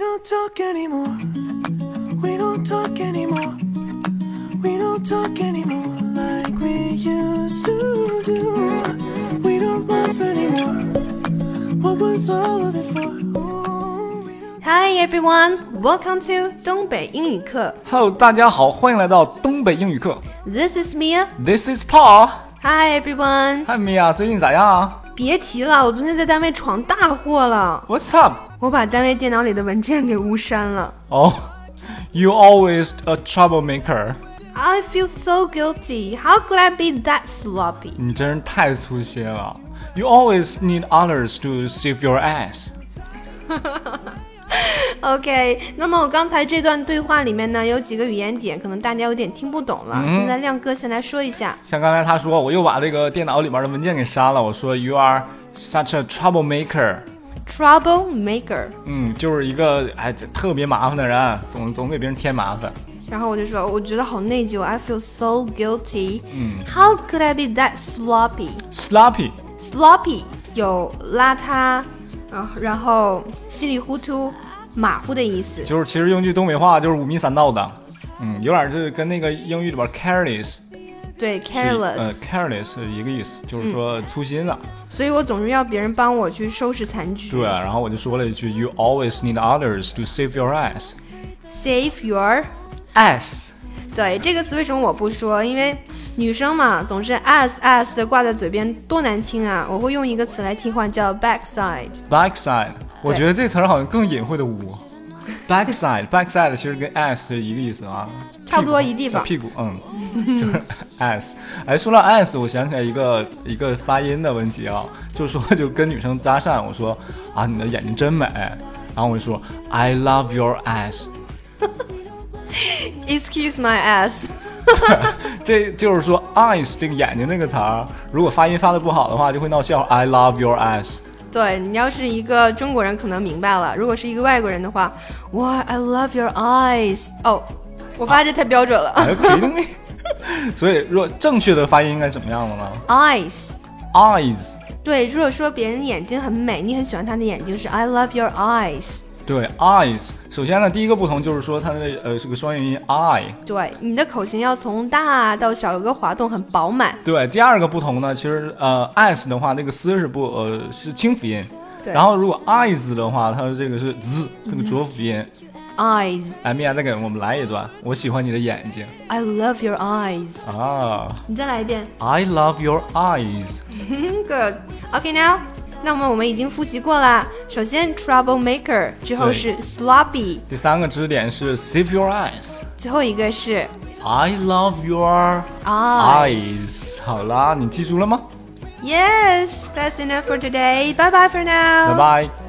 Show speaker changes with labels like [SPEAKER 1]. [SPEAKER 1] talk anymore. We don't talk anymore. We don't talk anymore like we used to do. We don't laugh anymore. What was all of it for? Ooh, we don't-
[SPEAKER 2] Hi everyone, welcome to 东北英语课。
[SPEAKER 3] Hello，大家好，欢迎来到东北英语课。
[SPEAKER 2] This is Mia.
[SPEAKER 3] This is Paul。
[SPEAKER 2] Hi everyone.
[SPEAKER 3] 嗨，米娅，最近咋样啊
[SPEAKER 2] 别提了，我昨天在单位闯大祸了，
[SPEAKER 3] ？What's up？
[SPEAKER 2] 我把单位电脑里的文件给污删了。
[SPEAKER 3] Oh, you always a troublemaker。
[SPEAKER 2] I feel so guilty. How could I be that sloppy?
[SPEAKER 3] 你真是太粗心了。You always need others to save your ass。
[SPEAKER 2] OK，那么我刚才这段对话里面呢，有几个语言点可能大家有点听不懂了。现在亮哥先来说一下。
[SPEAKER 3] 像刚才他说，我又把这个电脑里边的文件给删了。我说，You are such a troublemaker。
[SPEAKER 2] Trouble maker，
[SPEAKER 3] 嗯，就是一个哎特别麻烦的人，总总给别人添麻烦。
[SPEAKER 2] 然后我就说，我觉得好内疚，I feel so guilty。How could I be that sloppy？
[SPEAKER 3] Sloppy。
[SPEAKER 2] sloppy 有邋遢，然后然后稀里糊涂、马虎的意思。
[SPEAKER 3] 就是其实用句东北话就是五迷三道的，嗯，有点就是跟那个英语里边 careless
[SPEAKER 2] 对
[SPEAKER 3] 是呃
[SPEAKER 2] ，careless，
[SPEAKER 3] careless 是一个意思，就是说粗心了。
[SPEAKER 2] 所以我总是要别人帮我去收拾残局。
[SPEAKER 3] 对，啊然后我就说了一句，You always need others to save your ass。
[SPEAKER 2] ，save your。
[SPEAKER 3] ass
[SPEAKER 2] 对这个词为什么我不说？因为女生嘛，总是 s s 的挂在嘴边，多难听啊！我会用一个词来替换，叫 backside。
[SPEAKER 3] backside，我觉得这词儿好像更隐晦的污。backside backside 其实跟 ass 是一个意思啊，
[SPEAKER 2] 差不多
[SPEAKER 3] 屁股
[SPEAKER 2] 一地方
[SPEAKER 3] 小屁股，嗯， 就是 ass。哎，说到 ass，我想起来一个一个发音的问题啊，就说就跟女生搭讪，我说啊你的眼睛真美，然后我就说 I love your ass，
[SPEAKER 2] Excuse my ass。
[SPEAKER 3] 这就是说 eyes 这个眼睛这个词儿，如果发音发的不好的话，就会闹笑话。I love your ass。
[SPEAKER 2] 对你要是一个中国人，可能明白了；如果是一个外国人的话，哇，I love your eyes。哦，我发的太标准了。
[SPEAKER 3] Are you kidding me？所以，若正确的发音应该怎么样的呢
[SPEAKER 2] eyes。
[SPEAKER 3] ？eyes，
[SPEAKER 2] 对，如果说别人眼睛很美，你很喜欢他的眼睛，是 I love your eyes。
[SPEAKER 3] 对 eyes。首先呢，第一个不同就是说它的呃是个双元音 i。
[SPEAKER 2] 对，你的口型要从大到小有个滑动，很饱满。
[SPEAKER 3] 对，第二个不同呢，其实呃 s 的话，那个 s 是不呃是清辅音，
[SPEAKER 2] 对
[SPEAKER 3] 然后如果 eyes 的话，它这个是 z 这个浊辅音。
[SPEAKER 2] Eyes,
[SPEAKER 3] 哎，米娅再给我们来一段，我喜欢你的眼睛
[SPEAKER 2] I love your eyes。
[SPEAKER 3] 啊
[SPEAKER 2] 你再来一遍。
[SPEAKER 3] ，I love your eyes。
[SPEAKER 2] Good. OK now，那么我们已经复习过啦。首先 trouble maker，之后
[SPEAKER 3] 对
[SPEAKER 2] 是 sloppy，
[SPEAKER 3] 第三个知识点是 save your eyes。
[SPEAKER 2] 最后一个是
[SPEAKER 3] I love your
[SPEAKER 2] eyes.
[SPEAKER 3] eyes。好啦，你记住了吗？
[SPEAKER 2] Yes, that's enough for today. Bye bye for now.
[SPEAKER 3] 拜拜。